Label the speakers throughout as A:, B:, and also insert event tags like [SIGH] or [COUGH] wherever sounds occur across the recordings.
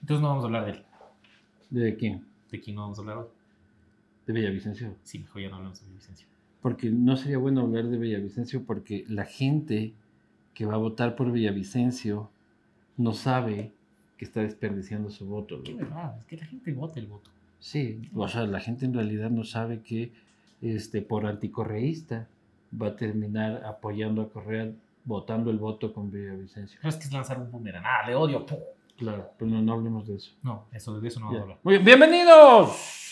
A: Entonces no vamos a hablar de él.
B: ¿De quién?
A: ¿De quién no vamos a hablar hoy?
B: De Villavicencio.
A: Sí, mejor ya no hablamos de Villavicencio.
B: Porque no sería bueno hablar de Villavicencio porque la gente que va a votar por Villavicencio no sabe que está desperdiciando su voto.
A: Qué
B: loco.
A: verdad, es que la gente vota el voto.
B: Sí, o sea, la gente en realidad no sabe que este, por anticorreísta va a terminar apoyando a Correa, votando el voto con Villavicencio.
A: No es que es lanzar un boomerang. Ah, le odio. ¡pum!
B: Claro, pero no, no hablemos de eso.
A: No, eso, de eso no vamos
B: Ya.
A: a hablar.
B: Muy bien, bienvenidos.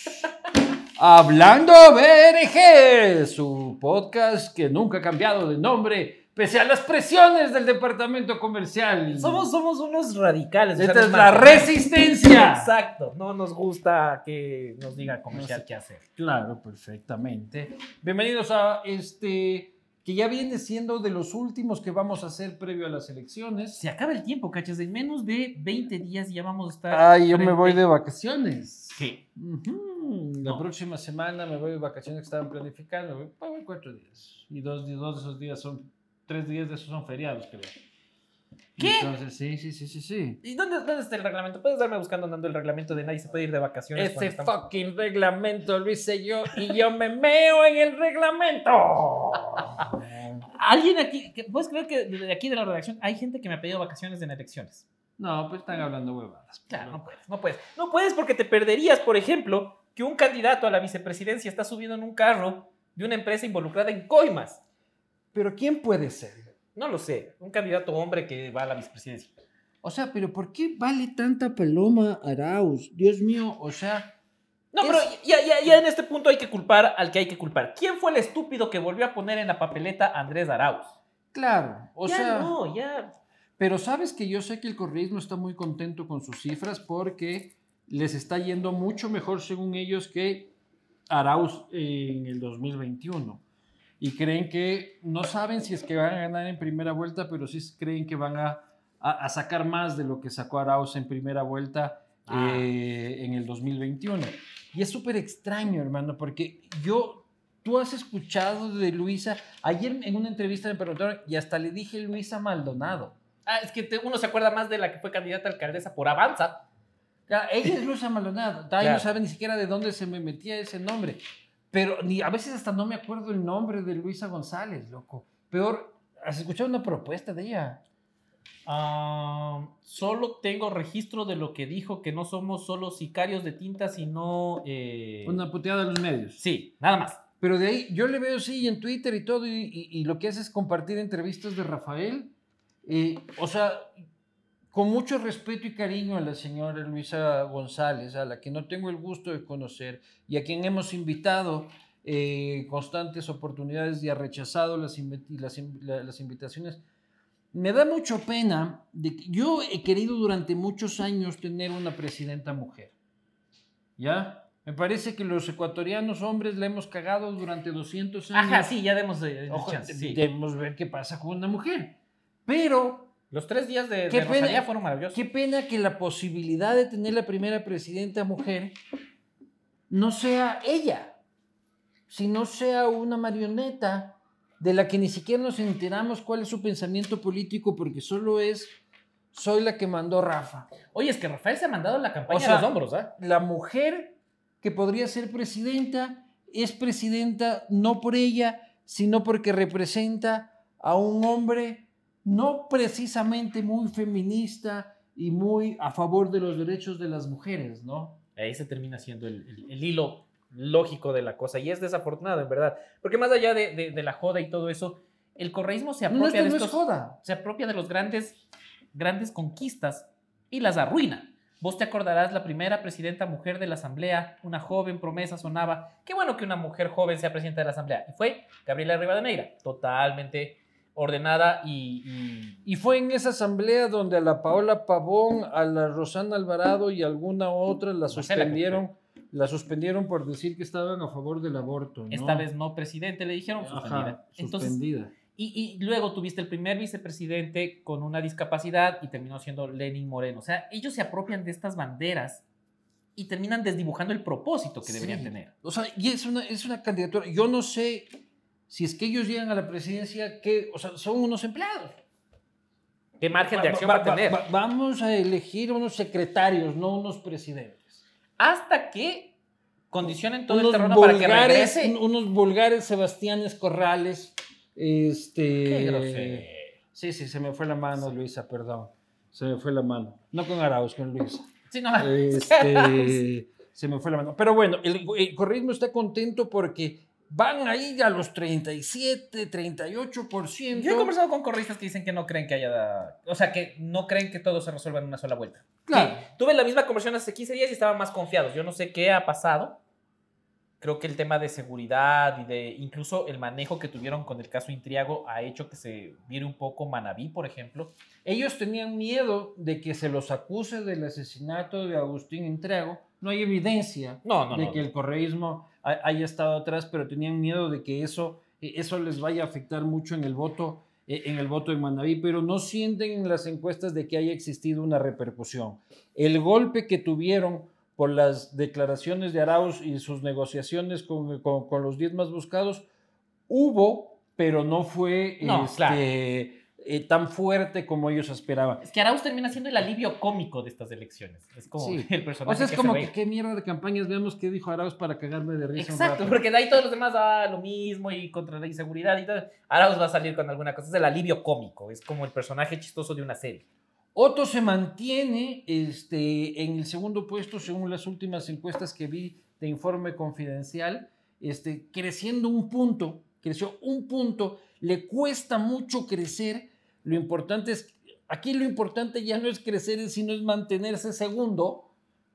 B: Hablando BRG, su podcast que nunca ha cambiado de nombre, pese a las presiones del departamento comercial.
C: Somos, somos unos radicales. o sea,
B: Esta es
C: nos
B: la
C: mantenemos-
B: resistencia.
C: Exacto. No nos gusta que nos diga comercial
A: No sé
C: qué hacer.
B: Claro, perfectamente. Bienvenidos a este que ya viene siendo de los últimos que vamos a hacer previo a las elecciones.
A: Se acaba el tiempo, cachas. En menos de 20 días ya vamos a estar.
C: Ah.
B: Ay, yo me
A: frente-
B: voy de vacaciones.
A: Sí.
B: Ujú. La
A: No.
B: próxima semana me voy de vacaciones que estaban planificando. Me voy- voy cuatro días. Y dos, y dos de esos días son, tres días de esos son feriados, creo.
C: ¿Qué?
B: Entonces, sí, sí, sí, sí, sí.
C: ¿Y dónde, dónde está el reglamento? Puedes darme buscando andando el reglamento de nadie se puede ir de vacaciones.
B: Este
C: cuando estamos-
B: fucking reglamento lo hice yo y yo me meo en el reglamento.
C: Alguien aquí, que- puedes creer que de aquí de la redacción hay gente que me ha pedido vacaciones en elecciones.
B: No, pues están hablando huevadas.
C: Claro, no puedes, no puedes. No puedes porque te perderías, por ejemplo, que un candidato a la vicepresidencia está subido en un carro de una empresa involucrada en coimas.
B: Pero ¿quién puede ser?
C: No lo sé, un candidato hombre que va a la vicepresidencia.
B: O sea, pero ¿por qué vale tanta paloma Arauz? Dios mío, o sea,
C: No,
B: Es-
C: pero ya, ya, ya en este punto hay que culpar al que hay que culpar. ¿Quién fue el estúpido que volvió a poner en la papeleta a Andrés Arauz?
B: claro, o
C: ya
B: sea,
C: no, ya.
B: pero sabes que yo sé que el correísmo está muy contento con sus cifras porque les está yendo mucho mejor según ellos que Arauz en el 2021. Y creen que no saben si es que van a ganar en primera vuelta, pero sí creen que van a, a- a sacar más de lo que sacó Arauz en primera vuelta
A: Ah.
B: eh, en el 2021. Y es súper extraño, hermano, porque yo, tú has escuchado de Luisa, ayer en una entrevista me preguntaron y hasta le dije Luisa Maldonado.
C: Ah, es que te- uno se acuerda más de la que fue candidata a alcaldesa por Avanza.
B: Ya, ella es Luisa Maldonado. ya
C: Claro.
B: no sabe ni siquiera de dónde se me metía ese nombre. Pero ni, a veces hasta no me acuerdo el nombre de Luisa González, loco. Peor, ¿has escuchado una propuesta de ella?
C: Ah, solo tengo registro de lo que dijo que no somos solo sicarios de tinta, sino. eh,
B: Una puteada de los medios.
C: Sí, nada más.
B: Pero de ahí, yo le veo, sí, en Twitter y todo, y, y- y lo que hace es compartir entrevistas de Rafael. Eh, o sea, con mucho respeto y cariño a la señora Luisa González, a la que no tengo el gusto de conocer y a quien hemos invitado eh, constantes oportunidades y ha rechazado las, inve- y las, in- la- las invitaciones. Me da mucho pena, de que yo he querido durante muchos años tener una presidenta mujer. ¿Ya? Me parece que los ecuatorianos hombres la hemos cagado durante 200 años.
C: Ajá, sí, ya demos eh,
B: Ojo,
C: chance, sí.
B: Debemos ver qué pasa con una mujer. Pero
C: Los tres días de,
B: Qué
C: de
B: pena.
C: Rosalía fueron maravillosos.
B: qué pena que la posibilidad de tener la primera presidenta mujer no sea ella, sino sea una marioneta de la que ni siquiera nos enteramos cuál es su pensamiento político porque solo es soy la que mandó Rafa.
C: Oye, es que Rafael se ha mandado la campaña
B: O sea,
C: a los hombros, ¿ah?
B: La mujer que podría ser presidenta es presidenta no por ella, sino porque representa a un hombre no precisamente muy feminista y muy a favor de los derechos de las mujeres, ¿no?
C: Ahí se termina siendo el, el- el hilo lógico de la cosa. Y es desafortunado, en verdad. Porque más allá de, de- de la joda y todo eso, el correísmo se
B: No,
C: apropia,
B: esto no
C: de,
B: es
C: estos,
B: joda.
C: se apropia de los grandes, grandes conquistas y las arruina. Vos te acordarás, la primera presidenta mujer de la Asamblea, una joven promesa sonaba. Qué bueno que una mujer joven sea presidenta de la Asamblea. Y fue Gabriela Rivadeneira, totalmente ordenada y- y
B: Y fue en esa asamblea donde a la Paola Pavón, a la Rosana Alvarado y alguna otra la
C: Marcela,
B: suspendieron, la suspendieron por decir que estaban a favor del aborto. ¿no?
C: esta vez no presidente, le dijeron
B: Ajá,
C: suspendida. Entonces,
B: suspendida.
C: Y, y luego tuviste el primer vicepresidente con una discapacidad y terminó siendo Lenin Moreno. O sea, ellos se apropian de estas banderas y terminan desdibujando el propósito que deberían
B: Sí.
C: tener.
B: O sea, y es una, es una candidatura. Yo no sé si es que ellos llegan a la presidencia que, o sea, son unos empleados.
C: ¿Qué margen de acción
B: Va-
C: va a
B: va-
C: tener?
B: va- vamos a elegir unos secretarios, no unos presidentes.
C: Hasta que condicionen todo el
B: unos
C: terreno para que
B: vulgares,
C: regrese.
B: un- unos vulgares Sebastiánes Corrales. Este.
C: Qué grosero.
B: Sí, sí, se me fue la mano, Luisa, perdón. Se me fue la mano. No con Arauz, con Luisa.
C: Sí, [LAUGHS] no,
B: Este, se me fue la mano. Pero bueno, el, el correísmo está contento porque van ahí a los 37, 38%.
C: Yo he conversado con corristas que dicen que no creen que haya. O sea, que no creen que todo se resuelva en una sola vuelta.
B: Claro.
C: Que tuve la misma conversación hace 15 días y estaban más confiados. Yo no sé qué ha pasado. Creo que el tema de seguridad y de incluso el manejo que tuvieron con el caso Intriago ha hecho que se viera un poco Manabí, por ejemplo.
B: Ellos tenían miedo de que se los acuse del asesinato de Agustín Entrego. No hay evidencia
C: No, no,
B: de
C: no.
B: que el correísmo ha- haya estado atrás, pero tenían miedo de que eso, eh, eso les vaya a afectar mucho en el voto eh, en el voto de Manaví, pero no sienten en las encuestas de que haya existido una repercusión. El golpe que tuvieron por las declaraciones de Arauz y sus negociaciones con, con- con los 10 más buscados, hubo, pero no fue
C: No,
B: este,
C: claro.
B: eh, tan fuerte como ellos esperaban.
C: Es que Arauz termina siendo el alivio cómico de estas elecciones. Es como
B: Sí.
C: [LAUGHS] el personaje
B: O sea, es
C: que
B: como
C: se
B: que
C: ve.
B: qué mierda de campañas, veamos qué dijo Arauz para cagarme de risa. un
C: Exacto,
B: rato.
C: porque de ahí todos los demás ah, lo mismo y contra la inseguridad y todo. Arauz va a salir con alguna cosa. Es el alivio cómico. Es como el personaje chistoso de una serie.
B: Otto se mantiene este, en el segundo puesto según las últimas encuestas que vi de informe confidencial, este, creciendo un punto, creció un punto, le cuesta mucho crecer, lo importante es, aquí lo importante ya no es crecer, sino es mantenerse segundo,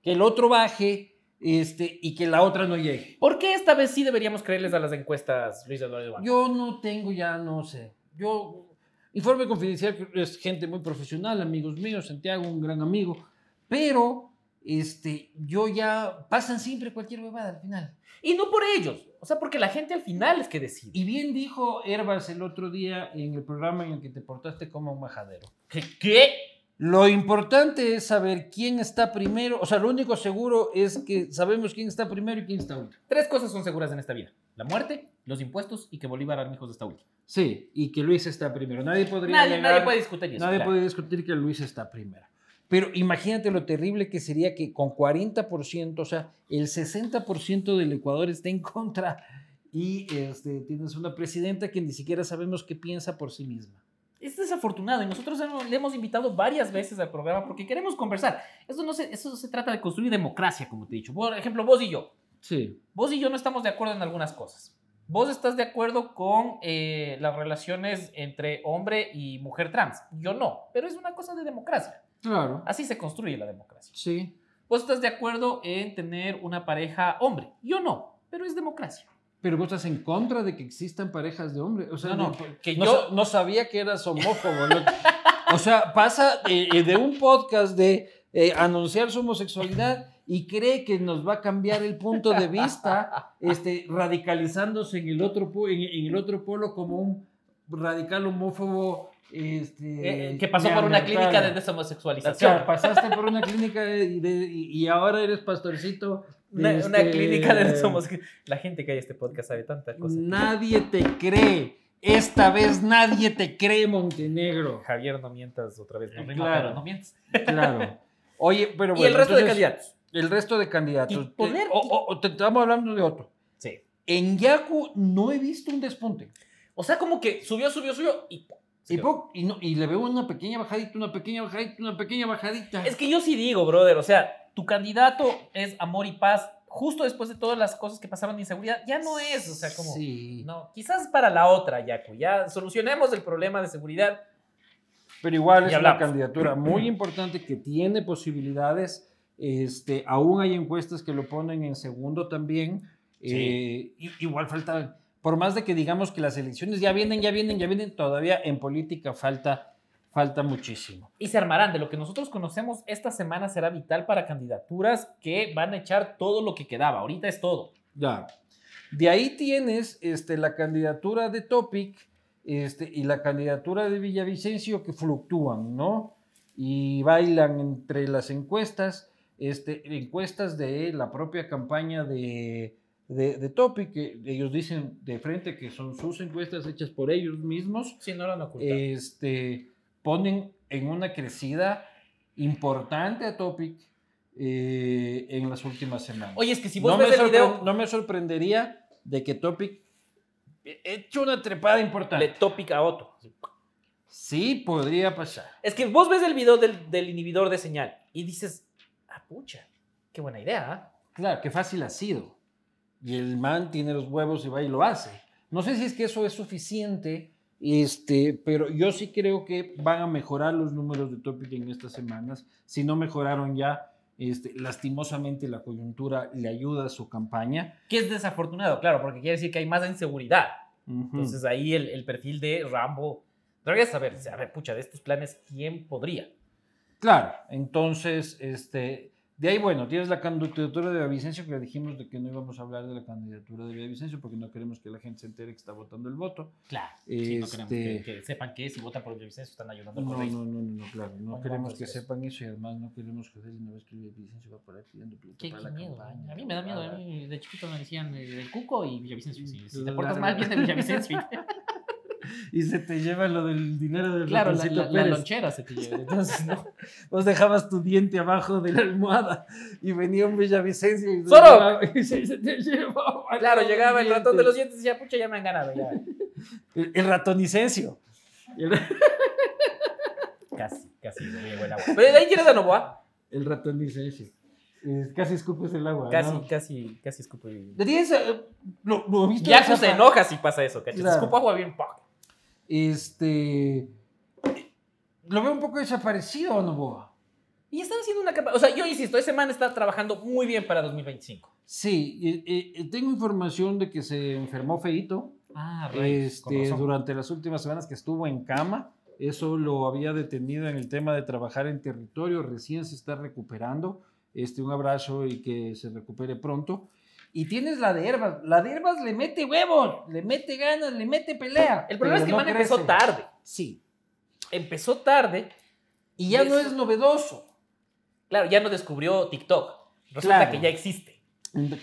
B: que el otro baje este, y que la otra no llegue.
C: ¿Por qué esta vez sí deberíamos creerles a las encuestas, Luis Eduardo Iván?
B: Yo no tengo, ya no sé. Yo, informe confidencial es gente muy profesional, amigos míos, Santiago, un gran amigo, pero este, yo ya pasan siempre cualquier huevada al final.
C: Y no por ellos. O sea, porque la gente al final es que decide.
B: Y bien dijo Herbas el otro día en el programa en el que te portaste como un majadero.
C: ¿Qué? qué?
B: Lo importante es saber quién está primero, o sea, lo único seguro es que sabemos quién está primero y quién está último.
C: Tres cosas son seguras en esta vida. La muerte, los impuestos y que Bolívar Armijos está último.
B: Sí, y que Luis está primero. Nadie podría
C: Nadie,
B: negar-
C: nadie puede discutir eso.
B: Nadie
C: claro.
B: puede discutir que Luis está primero. Pero imagínate lo terrible que sería que con 40%, o sea, el 60% del Ecuador esté en contra y este, tienes una presidenta que ni siquiera sabemos qué piensa por sí misma.
C: Es desafortunado y nosotros hemos- le hemos invitado varias veces al programa porque queremos conversar. Eso no se, eso se trata de construir democracia, como te he dicho. Por ejemplo, vos y yo.
B: Sí.
C: Vos y yo no estamos de acuerdo en algunas cosas. Vos estás de acuerdo con eh, las relaciones entre hombre y mujer trans. Yo no, pero es una cosa de democracia.
B: Claro.
C: Así se construye la democracia.
B: Sí.
C: Vos estás de acuerdo en tener una pareja hombre. Yo no, pero es democracia.
B: Pero vos estás en contra de que existan parejas de hombres. O sea,
C: No, no, que
B: No,
C: yo...
B: sa- no sabía que eras
C: [LAUGHS]
B: homófobo. loco. O sea, pasa eh, eh, de un podcast de eh, anunciar su homosexualidad y cree que nos va a cambiar el punto de vista, este, radicalizándose en el otro, pu- en, en el otro polo como un radical homófobo. Este,
C: eh, que pasó por una
B: neandertal.
C: clínica de
B: O sea,
C: deshomosexualización.
B: pasaste por una clínica de- y de- y y ahora eres pastorcito.
C: Una, una
B: este,
C: clínica de deshomosexualización. La gente que hay en este podcast sabe tanta cosa.
B: Mm. Nadie te cree. Esta vez nadie te cree, Montenegro.
C: Javier, no mientas otra vez. No
B: Eh,
C: rima,
B: claro.
C: pero no mientas.
B: Claro. Oye, pero bueno.
C: y el resto de
B: entonces,
C: candidatos.
B: El resto de candidatos.
C: Y poder-
B: Eh, o- o- o te- estamos hablando de otro.
C: Sí.
B: En Yaku no he visto un despunte.
C: O sea, como que subió, subió, subió y...
B: Y, po- y no- y le veo una pequeña bajadita, una pequeña bajadita, una pequeña bajadita.
C: Es que yo sí digo, brother, o sea, tu candidato es amor y paz justo después de todas las cosas que pasaron de inseguridad. Ya no es, o sea, como...
B: Sí.
C: No, quizás para la otra, Yaku. Ya solucionemos el problema de seguridad.
B: Pero igual
C: Y
B: es una
C: hablamos.
B: candidatura muy importante que tiene posibilidades. Este, aún hay encuestas que lo ponen en segundo también.
C: Sí.
B: Eh, i- igual falta, por más de que digamos que las elecciones ya vienen, ya vienen, ya vienen, todavía en política falta, falta muchísimo.
C: Y se armarán. De lo que nosotros conocemos, esta semana será vital para candidaturas que van a echar todo lo que quedaba. Ahorita es todo.
B: Ya. De ahí tienes este, la candidatura de Topic este, y la candidatura de Villavicencio que fluctúan, ¿no? Y bailan entre las encuestas, este, encuestas de la propia campaña de, de, de Topic, que ellos dicen de frente que son sus encuestas hechas por ellos mismos,
C: Sí, no lo han ocultado.
B: este, ponen en una crecida importante a Topic eh, en las últimas semanas.
C: Oye, es que si vos
B: no, me
C: ves el
B: sorpre-
C: video,
B: no me sorprendería de que Topic he- hecho una trepada importante.
C: le topic a Otto.
B: Sí, podría pasar.
C: Es que vos ves el video del, del inhibidor de señal y dices, ah, pucha, qué buena idea, ¿ah?
B: Claro, qué fácil ha sido. Y el man tiene los huevos y va y lo hace. No sé si es que eso es suficiente, este, pero yo sí creo que van a mejorar los números de Topic en estas semanas. Si no mejoraron ya, este, lastimosamente la coyuntura le ayuda a su campaña.
C: Que es desafortunado, claro, porque quiere decir que hay más inseguridad.
B: Ujú.
C: Entonces ahí el, el perfil de Rambo. Deberías saber, a ver, pucha, de estos planes, ¿quién podría?
B: Claro, entonces, este, de ahí, bueno, tienes la candidatura de Villavicencio, que dijimos de que no íbamos a hablar de la candidatura de Villavicencio porque no queremos que la gente se entere que está votando el voto.
C: Claro,
B: sí, no queremos que-
C: sepan que si votan por Villavicencio están ayudando
B: Este No, no, no, no, no, claro. No
C: Bueno,
B: queremos
C: vamos,
B: que
C: pues.
B: sepan eso y además no queremos que Deli una vez que Villavicencio va por ahí pidiendo plata
A: Qué,
B: para
A: qué
B: la
A: miedo. ¿eh?
B: campaña.
A: A mí me da miedo. A
B: Ah,
A: mí de chiquito me decían eh, del cuco y Villavicencio. Si, si te
B: Claro.
A: portas mal, bien
B: [LAUGHS]
A: de Villavicencio.
B: Y se te lleva lo del dinero del
A: claro, la,
B: ratoncito
A: la- la
B: Pérez.
A: lonchera se te lleva. Entonces, no.
B: [LAUGHS] Vos dejabas tu diente abajo de la almohada y venía un Villavicencio y,
C: ¡Zorro!
B: [LAUGHS] y se, se te llevaba.
C: [LAUGHS] Claro, llegaba el ratón de los
B: dientes.
C: dientes y decía, pucha, ya me han ganado, ya.
B: El, el ratonicencio. El,
C: casi, casi me llegó el agua. Pero de ¿ah? ahí quieres a
A: Ah,
C: Novoa.
B: el ratonicencio. Es- Casi escupes el agua.
C: Casi,
B: ¿no?
C: casi, casi escupo. y-
B: Le tienes, eh, lo, lo viste
C: Ya
B: en
C: se
B: Zapa-
C: enoja si pasa eso, ¿cachai?
B: Claro.
C: Escupo agua bien, ¡pac!
B: Este. Lo veo un poco desaparecido, ¿no, Boba?
C: Y están haciendo una campaña. O sea, yo insisto, ese man está trabajando muy bien para 2025.
B: Sí, eh, eh, eh, tengo información de que se enfermó feito
A: Ah, rayos, con
B: este,
A: razón.
B: durante las últimas semanas que estuvo en cama. Eso lo había detenido en el tema de trabajar en territorio. Recién se está recuperando. Este, un abrazo y que se recupere pronto. Y tienes la de Herbas. La de Herbas le mete huevos, le mete ganas, le mete pelea.
C: El problema
B: pero
C: es que
B: no
C: el man empezó
B: crece.
C: tarde.
B: Sí.
C: Empezó tarde
B: Y ya
C: Y
B: no
C: eso-
B: es novedoso.
C: Claro, ya no descubrió TikTok. Resulta
B: Claro.
C: que ya existe.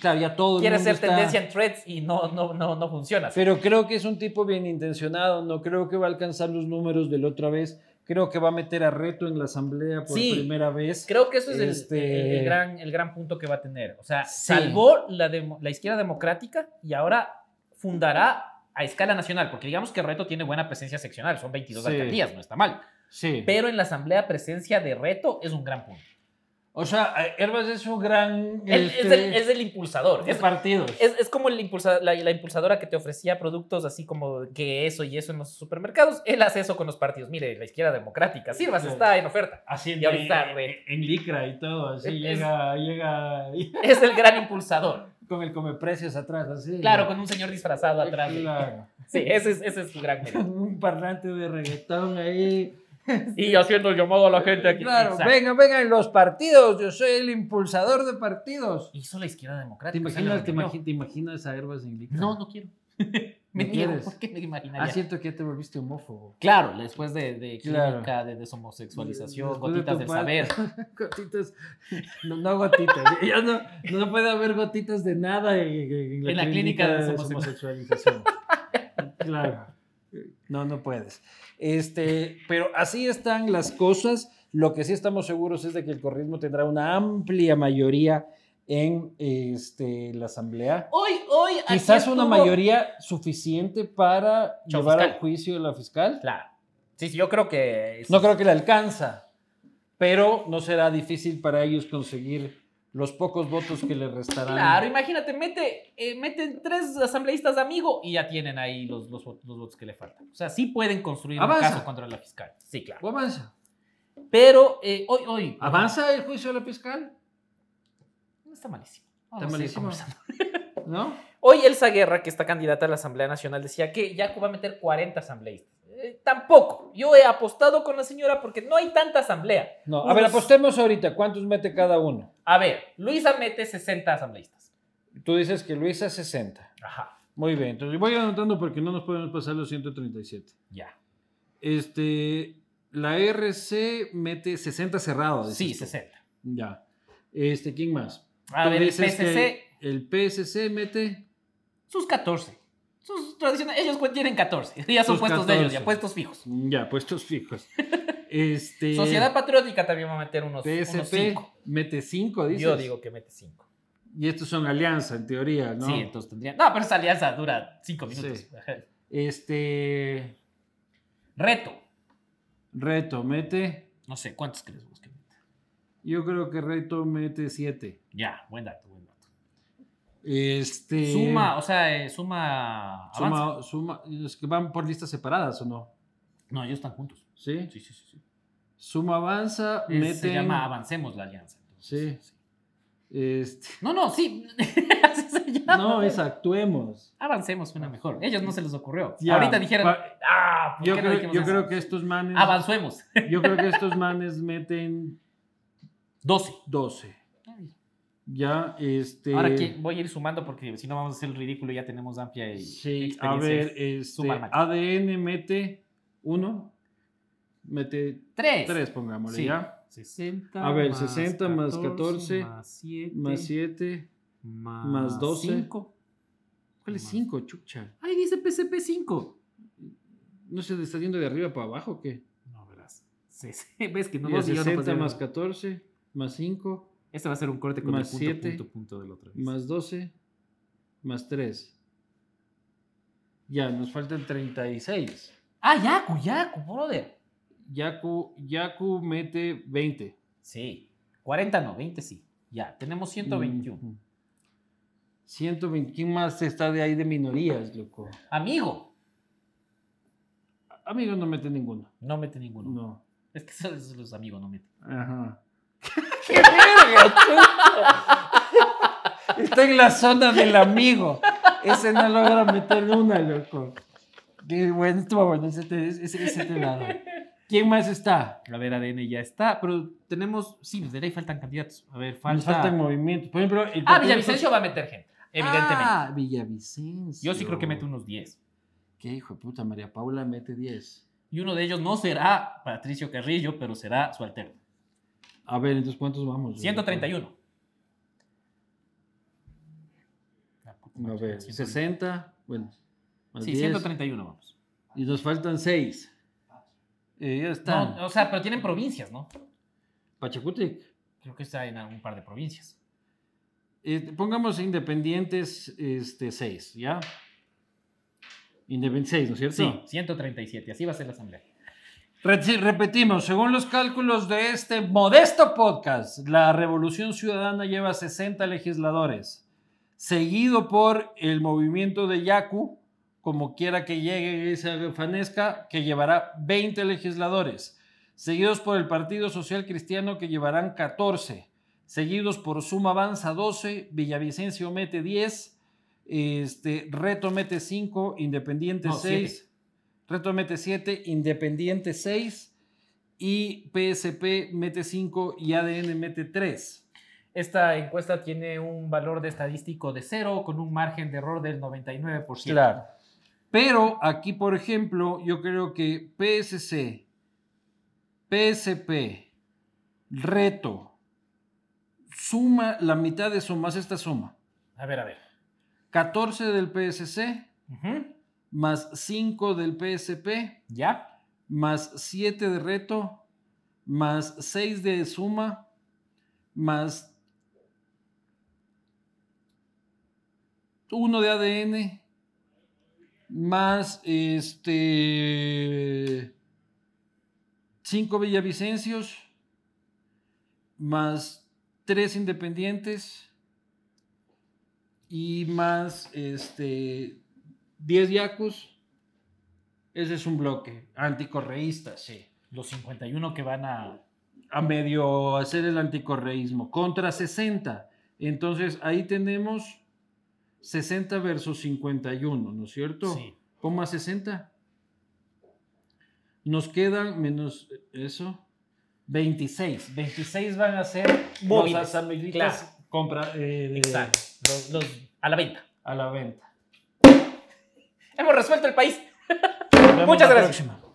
B: Claro, ya todo el
C: Quiere
B: mundo
C: hacer
B: está-
C: tendencia en threads y no, no, no, no funciona.
B: Pero creo que es un tipo bien intencionado, no creo que va a alcanzar los números de la otra vez, creo que va a meter a reto en la asamblea por
C: Sí.
B: primera vez.
C: Creo que eso es el-
B: Este-
C: el, el gran, el gran punto que va a tener. O sea,
B: Sí.
C: salvó la, demo- la izquierda democrática y ahora fundará a escala nacional, porque digamos que Reto tiene buena presencia seccional, son 22
B: Sí.
C: alcaldías, no está mal.
B: Sí.
C: Pero en la asamblea presencia de Reto es un gran punto.
B: O sea, Herbas es un gran
C: Él
B: este,
C: es, el, es el impulsador.
B: de
C: Es,
B: partidos.
C: es- es como el impulsa- la, la impulsadora que te ofrecía productos así como que eso y eso en los supermercados. Él hace eso con los partidos. Mire, la izquierda democrática, sirvas,
B: Sí.
C: está en oferta.
B: Así en,
C: y ahorita,
B: en-
C: re-
B: en licra y todo, así
C: Es-
B: llega, llega y-
C: Es el gran impulsador.
B: [LAUGHS] con el come precios atrás, así.
C: Claro, con un señor disfrazado atrás. de-
B: Claro.
C: Sí, ese es, ese es su gran
B: [LAUGHS]
C: mérito.
B: Con un parlante de reggaetón ahí.
C: Y haciendo el llamado a la gente aquí.
B: Claro,
C: Exacto.
B: venga, vengan los partidos, yo soy el impulsador de partidos.
C: Hizo la izquierda democrática.
B: ¿Te imaginas, te
C: o sea, lo
B: imagi- te imaginas a Herbas en licra?
A: No, no
C: [LAUGHS]
A: quiero.
C: Me
B: ¿No
C: niego,
B: quieres?
C: ¿por qué me imaginaría?
B: Ah, cierto que ya te volviste homófobo.
A: Claro, después de, de
B: Claro.
A: química, de deshomosexualización,
B: Después de
A: gotitas
B: tu
A: del
B: padre. [LAUGHS]
A: saber.
B: Gotitas. No, no gotitas. [LAUGHS] Ya no, no puede haber gotitas de nada en, en la,
A: En la clínica de
B: de
A: homosexual-
B: [LAUGHS] homosexualización. claro. No, no puedes. Este, pero así están las cosas. Lo que sí estamos seguros es de que el corrismo tendrá una amplia mayoría en este, la asamblea.
A: Hoy, hoy, aquí
B: Quizás una
A: estuvo-
B: mayoría suficiente para
C: Chao,
B: llevar
C: fiscal.
B: a juicio a la fiscal.
C: Claro. Sí, sí, yo creo que.
B: No creo que le alcanza, pero no será difícil para ellos conseguir los pocos votos que le restarán.
C: Claro, imagínate, mete, eh, meten tres asambleístas de amigo y ya tienen ahí los, los, vot- los votos que le faltan. O sea, sí pueden construir
B: Avanza.
C: un caso contra la fiscal. Sí, claro.
B: ¿O avanza?
C: Pero eh, hoy, hoy.
B: ¿Avanza el juicio a la fiscal?
C: Está malísimo.
B: Está
C: Vamos a seguir
B: malísimo.
C: conversando.
B: ¿No?
C: Hoy Elsa Guerra, que está candidata a la Asamblea Nacional, decía que Yacu va a meter 40 asambleístas. Eh, tampoco. Yo he apostado con la señora porque no hay tanta asamblea.
B: No. A
C: Unos-
B: ver, apostemos ahorita. ¿Cuántos mete cada uno?
C: A ver, Luisa mete 60 asambleístas.
B: Tú dices que Luisa 60.
C: Ajá,
B: Muy bien, entonces voy anotando porque no nos podemos pasar los 137.
C: ya.
B: Este, la RC mete 60 cerrados.
C: Sí, 60.
B: Ya. Este, ¿quién más?
C: A
B: Tú
C: ver, el
B: dices
C: PSC,
B: que El PSC mete...
C: sus 14. Sus tradicionales, ellos tienen 14. [LAUGHS] Ya son
B: Sus
C: puestos de ellos,
B: 14.
C: ya puestos fijos. [LAUGHS]
B: Ya, puestos Mm, fijos. Este,
C: Sociedad Patriótica también va a meter unos, unos
B: PSP
C: cinco.
B: mete 5, dices.
C: Yo digo que mete cinco.
B: Y estos son alianza, en teoría, ¿no?
C: Sí, entonces tendrían. No, pero esa alianza dura cinco minutos. [LAUGHS]
B: Sí. Este.
C: Reto.
B: Reto, mete.
C: No sé, ¿cuántos crees vos que meta?
B: Yo creo que Reto mete 7.
C: Ya, buen dato, buen dato.
B: Este.
C: Suma, o sea, eh, suma. avanza.
B: Suma, suma. Los que van por listas separadas o no.
C: No, ellos están juntos.
B: Sí.
C: Sí, sí, sí. sí.
B: Suma avanza,
C: Es-
B: mete.
C: Se llama Avancemos la Alianza. entonces,
B: Sí. Este.
C: No, no, sí. [LAUGHS] Así se llama.
B: No, es actuemos.
C: Avancemos suena mejor. Ellos no se les ocurrió.
B: Ya,
C: Ahorita dijeron,
B: pa-
C: ah, ¿por
B: Yo
C: qué no
B: creo,
C: dijimos
B: yo
C: eso? Ah,
B: creo que estos manes.
C: Avanzuemos.
B: Yo creo que estos manes meten
C: 12.
B: 12. Ya, este.
C: Ahora aquí voy a ir sumando porque si no vamos a hacer el ridículo ya tenemos amplia y
B: Sí, a
C: experiencia.
B: ver, este,
C: suma al macho.
B: ADN mete 1, mete
C: Tres.
B: 3, pongámosle
C: Sí.
B: ya,
C: 60
B: A ver, 60 más 14,
C: más 7
B: más 7,
C: más,
B: más 12.
C: 5.
B: ¿cuál es
C: Más.
B: 5, chucha?
C: Ahí dice PCP 5.
B: No sé, ¿le ¿está yendo de arriba para abajo o qué?
C: No, verás. Sí, sí, Ves que no
B: Y a
C: dos y yo no
B: 60
C: podría
B: más
C: ver.
B: 14, más 5,
C: Este va a ser un corte con
B: más
C: el punto,
B: siete,
C: punto, punto del otro.
B: más 12, más 3. Ya, nos faltan 36.
C: Ah, Yaku, Yaku, brother.
B: Yaku, Yaku mete 20.
C: Sí. 40 no, 20 sí. Ya, tenemos 121.
B: Mm. 120, ¿quién más está de ahí de minorías, loco?
C: Amigo.
B: Amigos no mete ninguno.
C: No mete ninguno.
B: No.
C: Es que esos esos los amigos [LAUGHS] no meten.
B: Ajá. ¡Qué verga! chuta! Está en la zona del amigo. Ese no logra meter una, loco. Qué bueno, estuvo bueno ese te, ese, ese te la doy. ¿Quién más está?
C: A ver, ADN ya está, pero tenemos. Sí, desde ahí faltan candidatos. A ver,
B: Nos
C: falta.
B: faltan movimientos. Por ejemplo, el
C: Ah,
B: Partido
C: Villavicencio va a meter gente, evidentemente.
B: Ah, Villavicencio.
C: Yo sí creo que mete unos 10.
B: Qué hijo de puta, María Paula mete 10.
C: Y uno de ellos no será Patricio Carrillo, pero será su alterno.
B: A ver, entonces, ¿cuántos vamos?
C: 131.
B: A ver, 60, bueno, más
C: Sí,
B: 10,
C: 131 vamos.
B: y nos faltan 6. ya está.
C: No, o sea, pero tienen provincias, ¿no?
B: Pachacútec.
C: Creo que está en un par de provincias.
B: Eh, pongamos independientes este, 6, ¿ya? Independientes 6, ¿no es cierto?
C: Sí, 137. Así va a ser la asamblea.
B: Re- sí, repetimos, según los cálculos de este modesto podcast, la Revolución Ciudadana lleva 60 legisladores, seguido por el movimiento de Yaku, como quiera que llegue esa fanesca, que llevará 20 legisladores, seguidos por el Partido Social Cristiano, que llevarán 14, seguidos por Suma Avanza 12, Villavicencio mete 10, este, Reto mete 5, Independiente
C: No,
B: 6. Reto mete 7, Independiente 6 y PSP mete 5 y ADN mete 3.
C: Esta encuesta tiene un valor de estadístico de cero con un margen de error del 99%.
B: Pero aquí, por ejemplo, yo creo que PSC, PSP, Reto, suma la mitad de sumas esta suma.
C: A ver, a ver.
B: 14 del PSC,
C: Ujú.
B: más 5 del PSP,
C: ¿Ya?
B: más 7 de reto, más 6 de suma, más 1 de ADN, más este 5 Villavicencios, más 3 independientes y más este 10 yacus. Ese es un bloque anticorreísta, sí.
C: Los 51 que van a...
B: A medio hacer el anticorreísmo. Contra 60. Entonces ahí tenemos 60 versus 51, ¿no es cierto?
C: Sí.
B: Coma 60. Nos quedan menos eh, eso. 26. 26 van a ser
C: Móviles,
B: los asambleístas compra, eh, de-
C: Exacto. Los, los- a la venta.
B: a la venta.
C: Hemos resuelto el país.
B: Nos vemos
C: Muchas
B: la
C: gracias.
B: próxima.